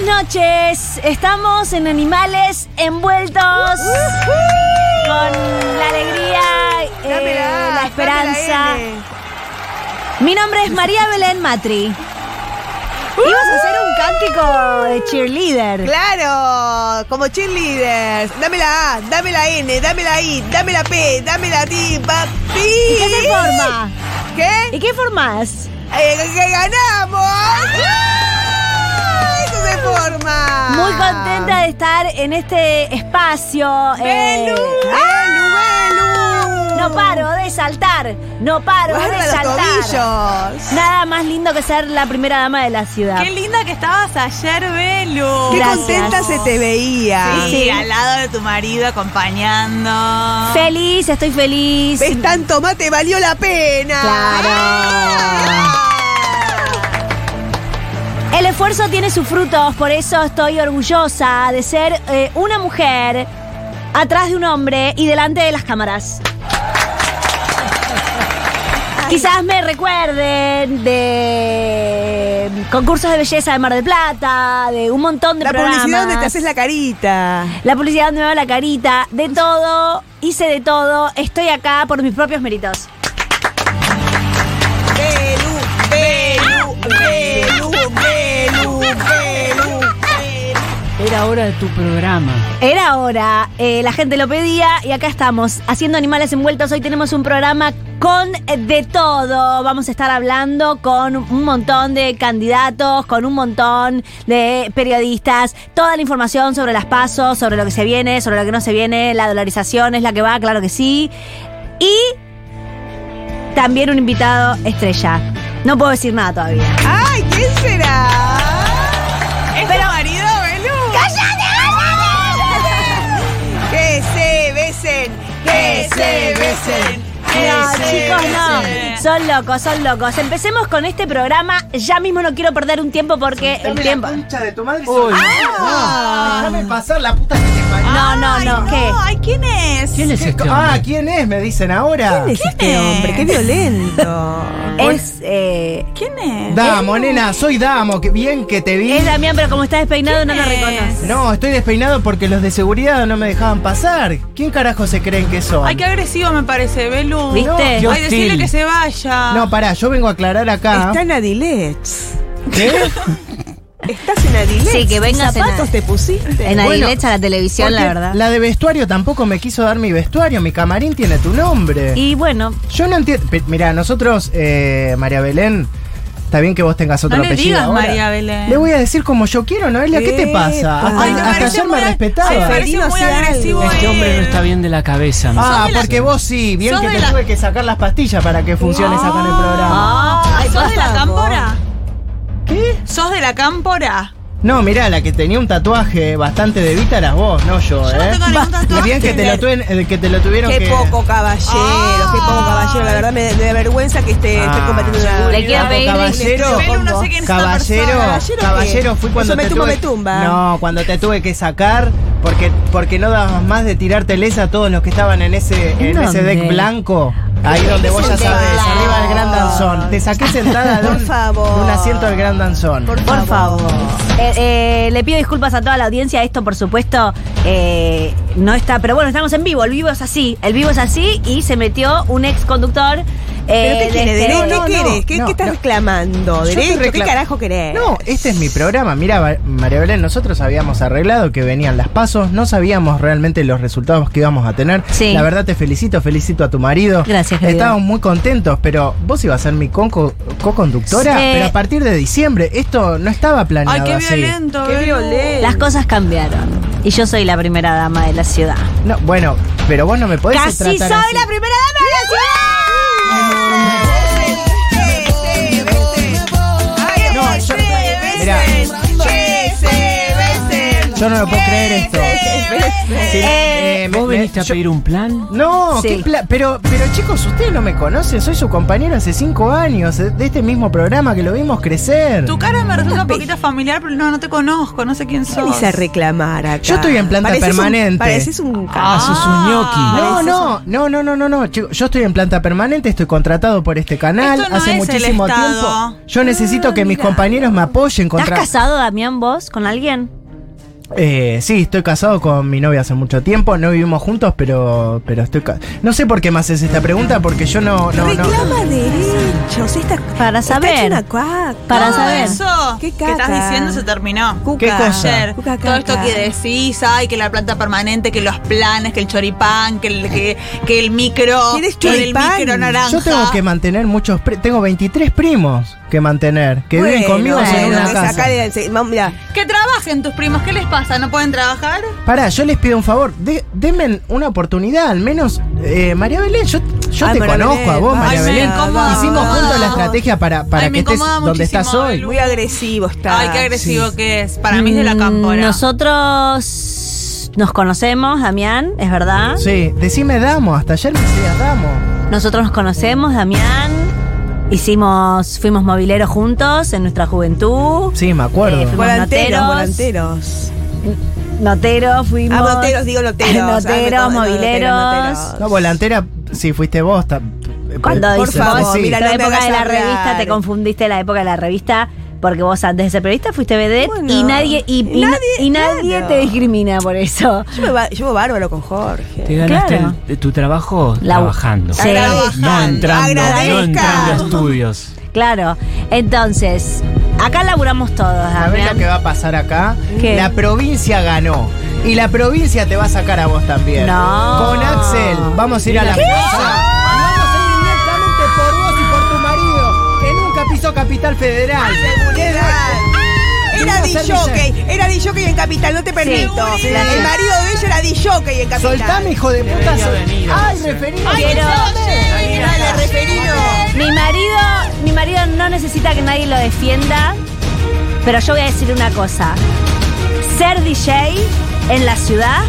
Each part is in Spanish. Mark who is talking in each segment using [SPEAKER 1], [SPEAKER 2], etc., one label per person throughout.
[SPEAKER 1] noches. Estamos en Animales Envueltos. Con la alegría, eh,
[SPEAKER 2] Dámela,
[SPEAKER 1] la esperanza.
[SPEAKER 2] dámela, N.
[SPEAKER 1] Mi nombre es María Belén Matri. Ibas a hacer un cántico de cheerleader.
[SPEAKER 2] Claro, como cheerleaders. Dame la A, dame la N, dame la I, dame la P, dame la D, papi.
[SPEAKER 1] ¿Y qué se forma?
[SPEAKER 2] ¿Qué?
[SPEAKER 1] ¿Y qué formas?
[SPEAKER 2] Eh, ¡Que ganamos! ¡Ah! ¡Eso se forma!
[SPEAKER 1] Muy contenta de estar en este espacio. eh,
[SPEAKER 2] ¡Belu! ¡Belu, Belu!
[SPEAKER 1] ¡Ah! no paro de saltar. No paro de
[SPEAKER 2] Guarda los
[SPEAKER 1] saltar.
[SPEAKER 2] tobillos.
[SPEAKER 1] Nada más lindo que ser la primera dama de la ciudad.
[SPEAKER 3] Qué linda que estabas ayer, Belu.
[SPEAKER 2] Qué
[SPEAKER 1] Gracias.
[SPEAKER 2] contenta se te veía.
[SPEAKER 3] Sí,
[SPEAKER 1] Sí.
[SPEAKER 3] al lado de tu marido acompañando.
[SPEAKER 1] Feliz, estoy feliz.
[SPEAKER 2] ¿Ves tanto mate? Valió la pena.
[SPEAKER 1] Claro.
[SPEAKER 2] ¡Ah!
[SPEAKER 1] El esfuerzo tiene sus frutos, por eso estoy orgullosa de ser eh, una mujer atrás de un hombre y delante de las cámaras. Quizás me recuerden de concursos de belleza de Mar del Plata, de un montón de
[SPEAKER 2] La
[SPEAKER 1] programas.
[SPEAKER 2] publicidad donde te haces la carita.
[SPEAKER 1] La publicidad donde me va la carita, de todo, hice de todo, estoy acá por mis propios méritos.
[SPEAKER 2] Belu, Belu, Belu, Belu, Belu.
[SPEAKER 4] Era hora de tu programa.
[SPEAKER 1] Era hora, eh, la gente lo pedía y acá estamos, haciendo animales envueltos. Hoy tenemos un programa con eh, de todo. Vamos a estar hablando con un montón de candidatos, con un montón de periodistas. Toda la información sobre las pasos, sobre lo que se viene, sobre lo que no se viene. La dolarización es la que va, claro que sí. Y también un invitado estrella. No puedo decir nada todavía.
[SPEAKER 2] ¡Ay, quién será!
[SPEAKER 3] ¿Es tu marido, Belu?
[SPEAKER 2] ¡Que se besen! ¡Que se besen! que
[SPEAKER 1] No,
[SPEAKER 2] se
[SPEAKER 1] chicos, no.
[SPEAKER 2] besen.
[SPEAKER 1] Son locos, son locos. Empecemos con este programa. Ya mismo no quiero perder un tiempo porque el
[SPEAKER 5] Dame
[SPEAKER 1] tiempo.
[SPEAKER 5] la concha de tu madre.
[SPEAKER 4] Uy.
[SPEAKER 5] Ah. Déjame pasar la puta que te parió.
[SPEAKER 1] No, no,
[SPEAKER 3] Ay,
[SPEAKER 1] no. ¿Qué?
[SPEAKER 3] Ay, ¿quién es?
[SPEAKER 4] ¿Quién es este
[SPEAKER 5] Ah,
[SPEAKER 4] hombre?
[SPEAKER 5] ¿quién es? Me dicen ahora.
[SPEAKER 2] ¿Quién es este hombre? ¡Qué violento!
[SPEAKER 1] Es, eh,
[SPEAKER 3] ¿Quién es?
[SPEAKER 5] Damo, nena, soy Damo. Que bien que te vi.
[SPEAKER 1] es Damián, pero como está despeinado no lo
[SPEAKER 3] ¿Quién es?
[SPEAKER 1] reconoce.
[SPEAKER 5] No, estoy despeinado porque los de seguridad no me dejaban pasar. ¿Quién carajo se creen que son?
[SPEAKER 3] Ay, qué agresivo me parece, Belu.
[SPEAKER 1] ¿Viste?
[SPEAKER 3] Ay,
[SPEAKER 1] Qué
[SPEAKER 3] decirle
[SPEAKER 4] hostil.
[SPEAKER 3] que se vaya.
[SPEAKER 5] No, pará, yo vengo a aclarar acá.
[SPEAKER 2] Están Adilets.
[SPEAKER 5] ¿Qué?
[SPEAKER 2] Estás en Adilets.
[SPEAKER 1] Sí, que vengas
[SPEAKER 2] ¿Qué
[SPEAKER 1] en
[SPEAKER 2] zapatos
[SPEAKER 1] a-
[SPEAKER 2] te pusiste?
[SPEAKER 1] En
[SPEAKER 5] Bueno,
[SPEAKER 1] Adilecha la televisión, la
[SPEAKER 5] Porque
[SPEAKER 1] verdad.
[SPEAKER 5] La de vestuario tampoco me quiso dar mi vestuario. Mi camarín tiene tu nombre.
[SPEAKER 1] Y bueno,
[SPEAKER 5] Yo no entiendo. Pe- Mirá, nosotros, eh, María Belén, está bien que vos tengas otro
[SPEAKER 3] No le
[SPEAKER 5] apellido.
[SPEAKER 3] digas
[SPEAKER 5] ahora.
[SPEAKER 3] María Belén. pues.
[SPEAKER 5] Le voy a decir como yo quiero, Noelia. ¿Qué te pasa?
[SPEAKER 2] Epa.
[SPEAKER 5] Hasta,
[SPEAKER 2] Ay, me
[SPEAKER 5] hasta
[SPEAKER 3] parece
[SPEAKER 5] ayer me
[SPEAKER 3] muy-
[SPEAKER 2] sí,
[SPEAKER 3] Me
[SPEAKER 5] respetaba.
[SPEAKER 3] parece
[SPEAKER 2] Dinos
[SPEAKER 3] muy
[SPEAKER 2] algo.
[SPEAKER 3] agresivo
[SPEAKER 2] Este
[SPEAKER 4] Este
[SPEAKER 3] él.
[SPEAKER 4] hombre no está bien de la cabeza. ¿no?
[SPEAKER 5] Ah,
[SPEAKER 3] de la-
[SPEAKER 5] porque vos sí, bien
[SPEAKER 3] sos
[SPEAKER 5] que
[SPEAKER 3] de
[SPEAKER 5] te
[SPEAKER 3] la-
[SPEAKER 5] tuve que sacar las pastillas para que funcione acá en el programa.
[SPEAKER 1] Ah,
[SPEAKER 3] Ay, ¿Sos de la
[SPEAKER 1] basta,
[SPEAKER 3] cámpora?
[SPEAKER 5] ¿Qué?
[SPEAKER 3] ¿Sos de la cámpora?
[SPEAKER 5] No, mirá, la que tenía un tatuaje bastante de vita eras vos, no yo,
[SPEAKER 3] Yo no
[SPEAKER 5] ¿eh?
[SPEAKER 3] tengo ningún tatuaje.
[SPEAKER 5] Y bien que te lo, tuen- eh, que te lo tuvieron
[SPEAKER 2] Qué
[SPEAKER 5] que...
[SPEAKER 2] poco caballero, qué poco caballero. La verdad me, me da vergüenza que esté, esté
[SPEAKER 5] Ah.
[SPEAKER 2] combatiendo una.
[SPEAKER 1] Le quiero
[SPEAKER 2] una-
[SPEAKER 1] pedir-
[SPEAKER 5] caballero.
[SPEAKER 3] Belu, no sé quién es esta
[SPEAKER 5] Caballero,
[SPEAKER 3] persona.
[SPEAKER 2] ¿Caballero qué?
[SPEAKER 5] caballero, fui cuando
[SPEAKER 2] Eso me
[SPEAKER 5] te
[SPEAKER 2] tumba,
[SPEAKER 5] tuve-
[SPEAKER 2] me tumba.
[SPEAKER 5] No, cuando te tuve que sacar porque porque no dabas más de tirarte lesa a todos los que estaban en ese en
[SPEAKER 1] ¿En
[SPEAKER 5] ese deck
[SPEAKER 1] dónde?
[SPEAKER 5] blanco. Ahí donde vos ya
[SPEAKER 1] deck
[SPEAKER 5] sabes,
[SPEAKER 1] blanco?
[SPEAKER 5] arriba del gran danzón. Te saqué sentada de
[SPEAKER 2] Por
[SPEAKER 5] un,
[SPEAKER 2] favor.
[SPEAKER 5] de un asiento del gran danzón.
[SPEAKER 2] Por,
[SPEAKER 1] Por
[SPEAKER 2] favor.
[SPEAKER 1] Eh, eh, le pido disculpas a toda la audiencia, esto por supuesto eh, no está, pero bueno, estamos en vivo, el vivo es así, el vivo es así y se metió un ex conductor.
[SPEAKER 2] ¿Pero qué quieres?
[SPEAKER 1] de este-
[SPEAKER 2] ¿Derecho?
[SPEAKER 5] no,
[SPEAKER 2] ¿Qué
[SPEAKER 5] no,
[SPEAKER 2] querés? ¿Qué,
[SPEAKER 5] no,
[SPEAKER 2] qué estás
[SPEAKER 5] no.
[SPEAKER 2] reclamando?
[SPEAKER 5] Yo te
[SPEAKER 2] ¿Derecho? ¿Qué
[SPEAKER 5] reclamo.
[SPEAKER 2] carajo querés?
[SPEAKER 5] No, este es mi programa. Mira, Ba- María Belén, nosotros habíamos arreglado que venían las pasos, no sabíamos realmente los resultados que íbamos a tener.
[SPEAKER 1] Sí.
[SPEAKER 5] La verdad te felicito, felicito a tu marido.
[SPEAKER 1] Gracias, querido.
[SPEAKER 5] Estábamos muy contentos, pero vos ibas a ser mi conco- co-conductora,
[SPEAKER 1] Sí.
[SPEAKER 5] pero a partir de diciembre esto no estaba planeado
[SPEAKER 3] Ay, qué
[SPEAKER 5] así.
[SPEAKER 3] violento,
[SPEAKER 2] Qué
[SPEAKER 3] Belu.
[SPEAKER 2] violento.
[SPEAKER 1] Las cosas cambiaron y yo soy la primera dama de la ciudad.
[SPEAKER 5] No, bueno, pero vos no me podés
[SPEAKER 1] Casi soy
[SPEAKER 5] tratar así.
[SPEAKER 1] la primera dama de la ciudad.
[SPEAKER 2] Che, se besen. Ay,
[SPEAKER 5] No,
[SPEAKER 2] che,
[SPEAKER 5] yo-
[SPEAKER 2] se
[SPEAKER 5] mirá.
[SPEAKER 2] besen. Che, se besen.
[SPEAKER 5] Yo no lo puedo creer esto. Sí,
[SPEAKER 1] Eh,
[SPEAKER 5] eh, me-
[SPEAKER 4] ¿Vos
[SPEAKER 5] me-
[SPEAKER 4] viniste a
[SPEAKER 5] yo-
[SPEAKER 4] pedir un plan?
[SPEAKER 5] No,
[SPEAKER 1] Sí.
[SPEAKER 5] qué pla- pero, pero chicos, ustedes no me conocen, soy su compañero hace cinco años eh, de este mismo programa que lo vimos crecer.
[SPEAKER 3] Tu cara me resulta un
[SPEAKER 2] pe-
[SPEAKER 3] poquito familiar, pero no, no te conozco, no sé quién sos.
[SPEAKER 2] Venís a reclamar acá.
[SPEAKER 5] Yo estoy en planta
[SPEAKER 2] Pareces un-
[SPEAKER 5] permanente.
[SPEAKER 2] pareces un
[SPEAKER 4] Ah, sos un ñoqui.
[SPEAKER 5] No,
[SPEAKER 2] Pareces
[SPEAKER 5] no, no, no, no, no, no, chico, yo estoy en planta permanente, estoy contratado por este canal
[SPEAKER 3] Esto no
[SPEAKER 5] hace
[SPEAKER 3] es el
[SPEAKER 5] muchísimo
[SPEAKER 3] Estado. Ah,
[SPEAKER 5] tiempo. Yo necesito que mis compañeros me apoyen
[SPEAKER 1] ¿Estás
[SPEAKER 5] contra.
[SPEAKER 1] casado, Damián, vos, con alguien?
[SPEAKER 5] Eh, sí, estoy casado con mi novia hace mucho tiempo, no vivimos juntos, pero, pero estoy. ca- No sé por qué me haces esta pregunta, porque yo no, no, no.
[SPEAKER 2] Reclama derechos. Esta,
[SPEAKER 1] Para
[SPEAKER 2] esta
[SPEAKER 1] saber.
[SPEAKER 2] es una cuac.
[SPEAKER 1] Para
[SPEAKER 3] Todo
[SPEAKER 1] saber.
[SPEAKER 3] eso
[SPEAKER 2] Qué
[SPEAKER 3] que estás
[SPEAKER 2] caca.
[SPEAKER 3] diciendo se terminó.
[SPEAKER 2] Cuca.
[SPEAKER 5] ¿Qué cosa?
[SPEAKER 3] Ayer,
[SPEAKER 2] Cuca,
[SPEAKER 3] todo esto
[SPEAKER 2] caca.
[SPEAKER 3] que decís, ay, que la planta permanente, que los planes, que el choripán, que el, que, que el micro,
[SPEAKER 2] ¿Quién es
[SPEAKER 3] que el
[SPEAKER 2] choripán?
[SPEAKER 3] micro naranja.
[SPEAKER 5] Yo tengo que mantener muchos. pri- Tengo 23 primos que mantener, que viven
[SPEAKER 2] Bueno,
[SPEAKER 5] conmigo en
[SPEAKER 2] bueno,
[SPEAKER 5] una
[SPEAKER 2] me
[SPEAKER 5] casa.
[SPEAKER 2] sacale el- vamos, mirá.
[SPEAKER 3] Que trabajen tus primos, ¿qué les pasa? ¿No pueden trabajar?
[SPEAKER 5] Pará, yo les pido un favor, de- denme una oportunidad, al menos. eh, María Belén, yo, yo
[SPEAKER 2] Ay,
[SPEAKER 5] te
[SPEAKER 2] María
[SPEAKER 5] conozco a
[SPEAKER 2] Belén,
[SPEAKER 5] vos,
[SPEAKER 2] vamos.
[SPEAKER 5] María
[SPEAKER 3] Ay, me
[SPEAKER 5] Belén.
[SPEAKER 3] incomoda.
[SPEAKER 5] Hicimos juntos la
[SPEAKER 3] Vamos.
[SPEAKER 5] estrategia para, para
[SPEAKER 3] Ay, me
[SPEAKER 5] que estés
[SPEAKER 3] incomoda
[SPEAKER 5] donde
[SPEAKER 3] muchísimo,
[SPEAKER 5] estás hoy.
[SPEAKER 3] Belu.
[SPEAKER 2] Muy agresivo está.
[SPEAKER 3] Ay, qué agresivo que es. Para mí es de la
[SPEAKER 1] Mm,
[SPEAKER 3] cámpora.
[SPEAKER 1] Nosotros nos conocemos, Damián, es verdad.
[SPEAKER 5] Sí, decime Damo, hasta ayer me decías Damo.
[SPEAKER 1] Nosotros nos conocemos, Damián. Hicimos, fuimos mobileros juntos en nuestra juventud.
[SPEAKER 5] Sí, me acuerdo.
[SPEAKER 1] Eh, fuimos
[SPEAKER 2] Volanteros,
[SPEAKER 1] noteros.
[SPEAKER 2] volanteros.
[SPEAKER 1] Noteros, fuimos.
[SPEAKER 2] Ah, noteros, digo noteros. Ah,
[SPEAKER 1] Noteros,
[SPEAKER 2] no, no,
[SPEAKER 1] mobileros.
[SPEAKER 2] noteros.
[SPEAKER 5] no, volantera, sí, fuiste vos. ta-
[SPEAKER 1] Cuando
[SPEAKER 5] por
[SPEAKER 1] dice,
[SPEAKER 5] favor,
[SPEAKER 2] mira,
[SPEAKER 1] la
[SPEAKER 2] no me
[SPEAKER 1] época
[SPEAKER 2] hagas
[SPEAKER 1] de la
[SPEAKER 2] hablar.
[SPEAKER 1] revista, te confundiste la época de la revista, porque vos antes de ser periodista fuiste vedette
[SPEAKER 2] Bueno,
[SPEAKER 1] y nadie, y, y
[SPEAKER 2] nadie,
[SPEAKER 1] na- y nadie
[SPEAKER 2] claro.
[SPEAKER 1] te discrimina por eso.
[SPEAKER 2] Yo me va- llevo bárbaro con Jorge.
[SPEAKER 4] Te ganaste
[SPEAKER 1] Claro.
[SPEAKER 4] el- tu trabajo
[SPEAKER 1] La-
[SPEAKER 4] trabajando.
[SPEAKER 1] Sí.
[SPEAKER 4] No entrando, no
[SPEAKER 2] Agradezca.
[SPEAKER 4] entrando a estudios.
[SPEAKER 1] Claro. Entonces, acá laburamos todos,
[SPEAKER 5] A ver lo que
[SPEAKER 1] Damián.
[SPEAKER 5] va a pasar acá.
[SPEAKER 1] ¿Qué?
[SPEAKER 5] La provincia ganó. Y la provincia te va a sacar a vos también.
[SPEAKER 1] No.
[SPEAKER 5] Con Axel, vamos a ir a la plaza. Vamos a ir directamente por vos y por tu marido, que nunca pisó Capital Federal.
[SPEAKER 2] ah, Era
[SPEAKER 5] Quería ser
[SPEAKER 2] DJ, era DJ en Capital, no te permito.
[SPEAKER 5] Sí.
[SPEAKER 2] El marido de ella era DJ en Capital.
[SPEAKER 5] Soltame, hijo de puta. sol- Ay, referido.
[SPEAKER 1] Quiero-
[SPEAKER 2] Dale, referido.
[SPEAKER 1] Mi marido, mi marido no necesita que nadie lo defienda, pero yo voy a decir una cosa. Ser DJ en la ciudad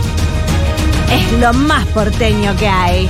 [SPEAKER 1] es lo más porteño que hay.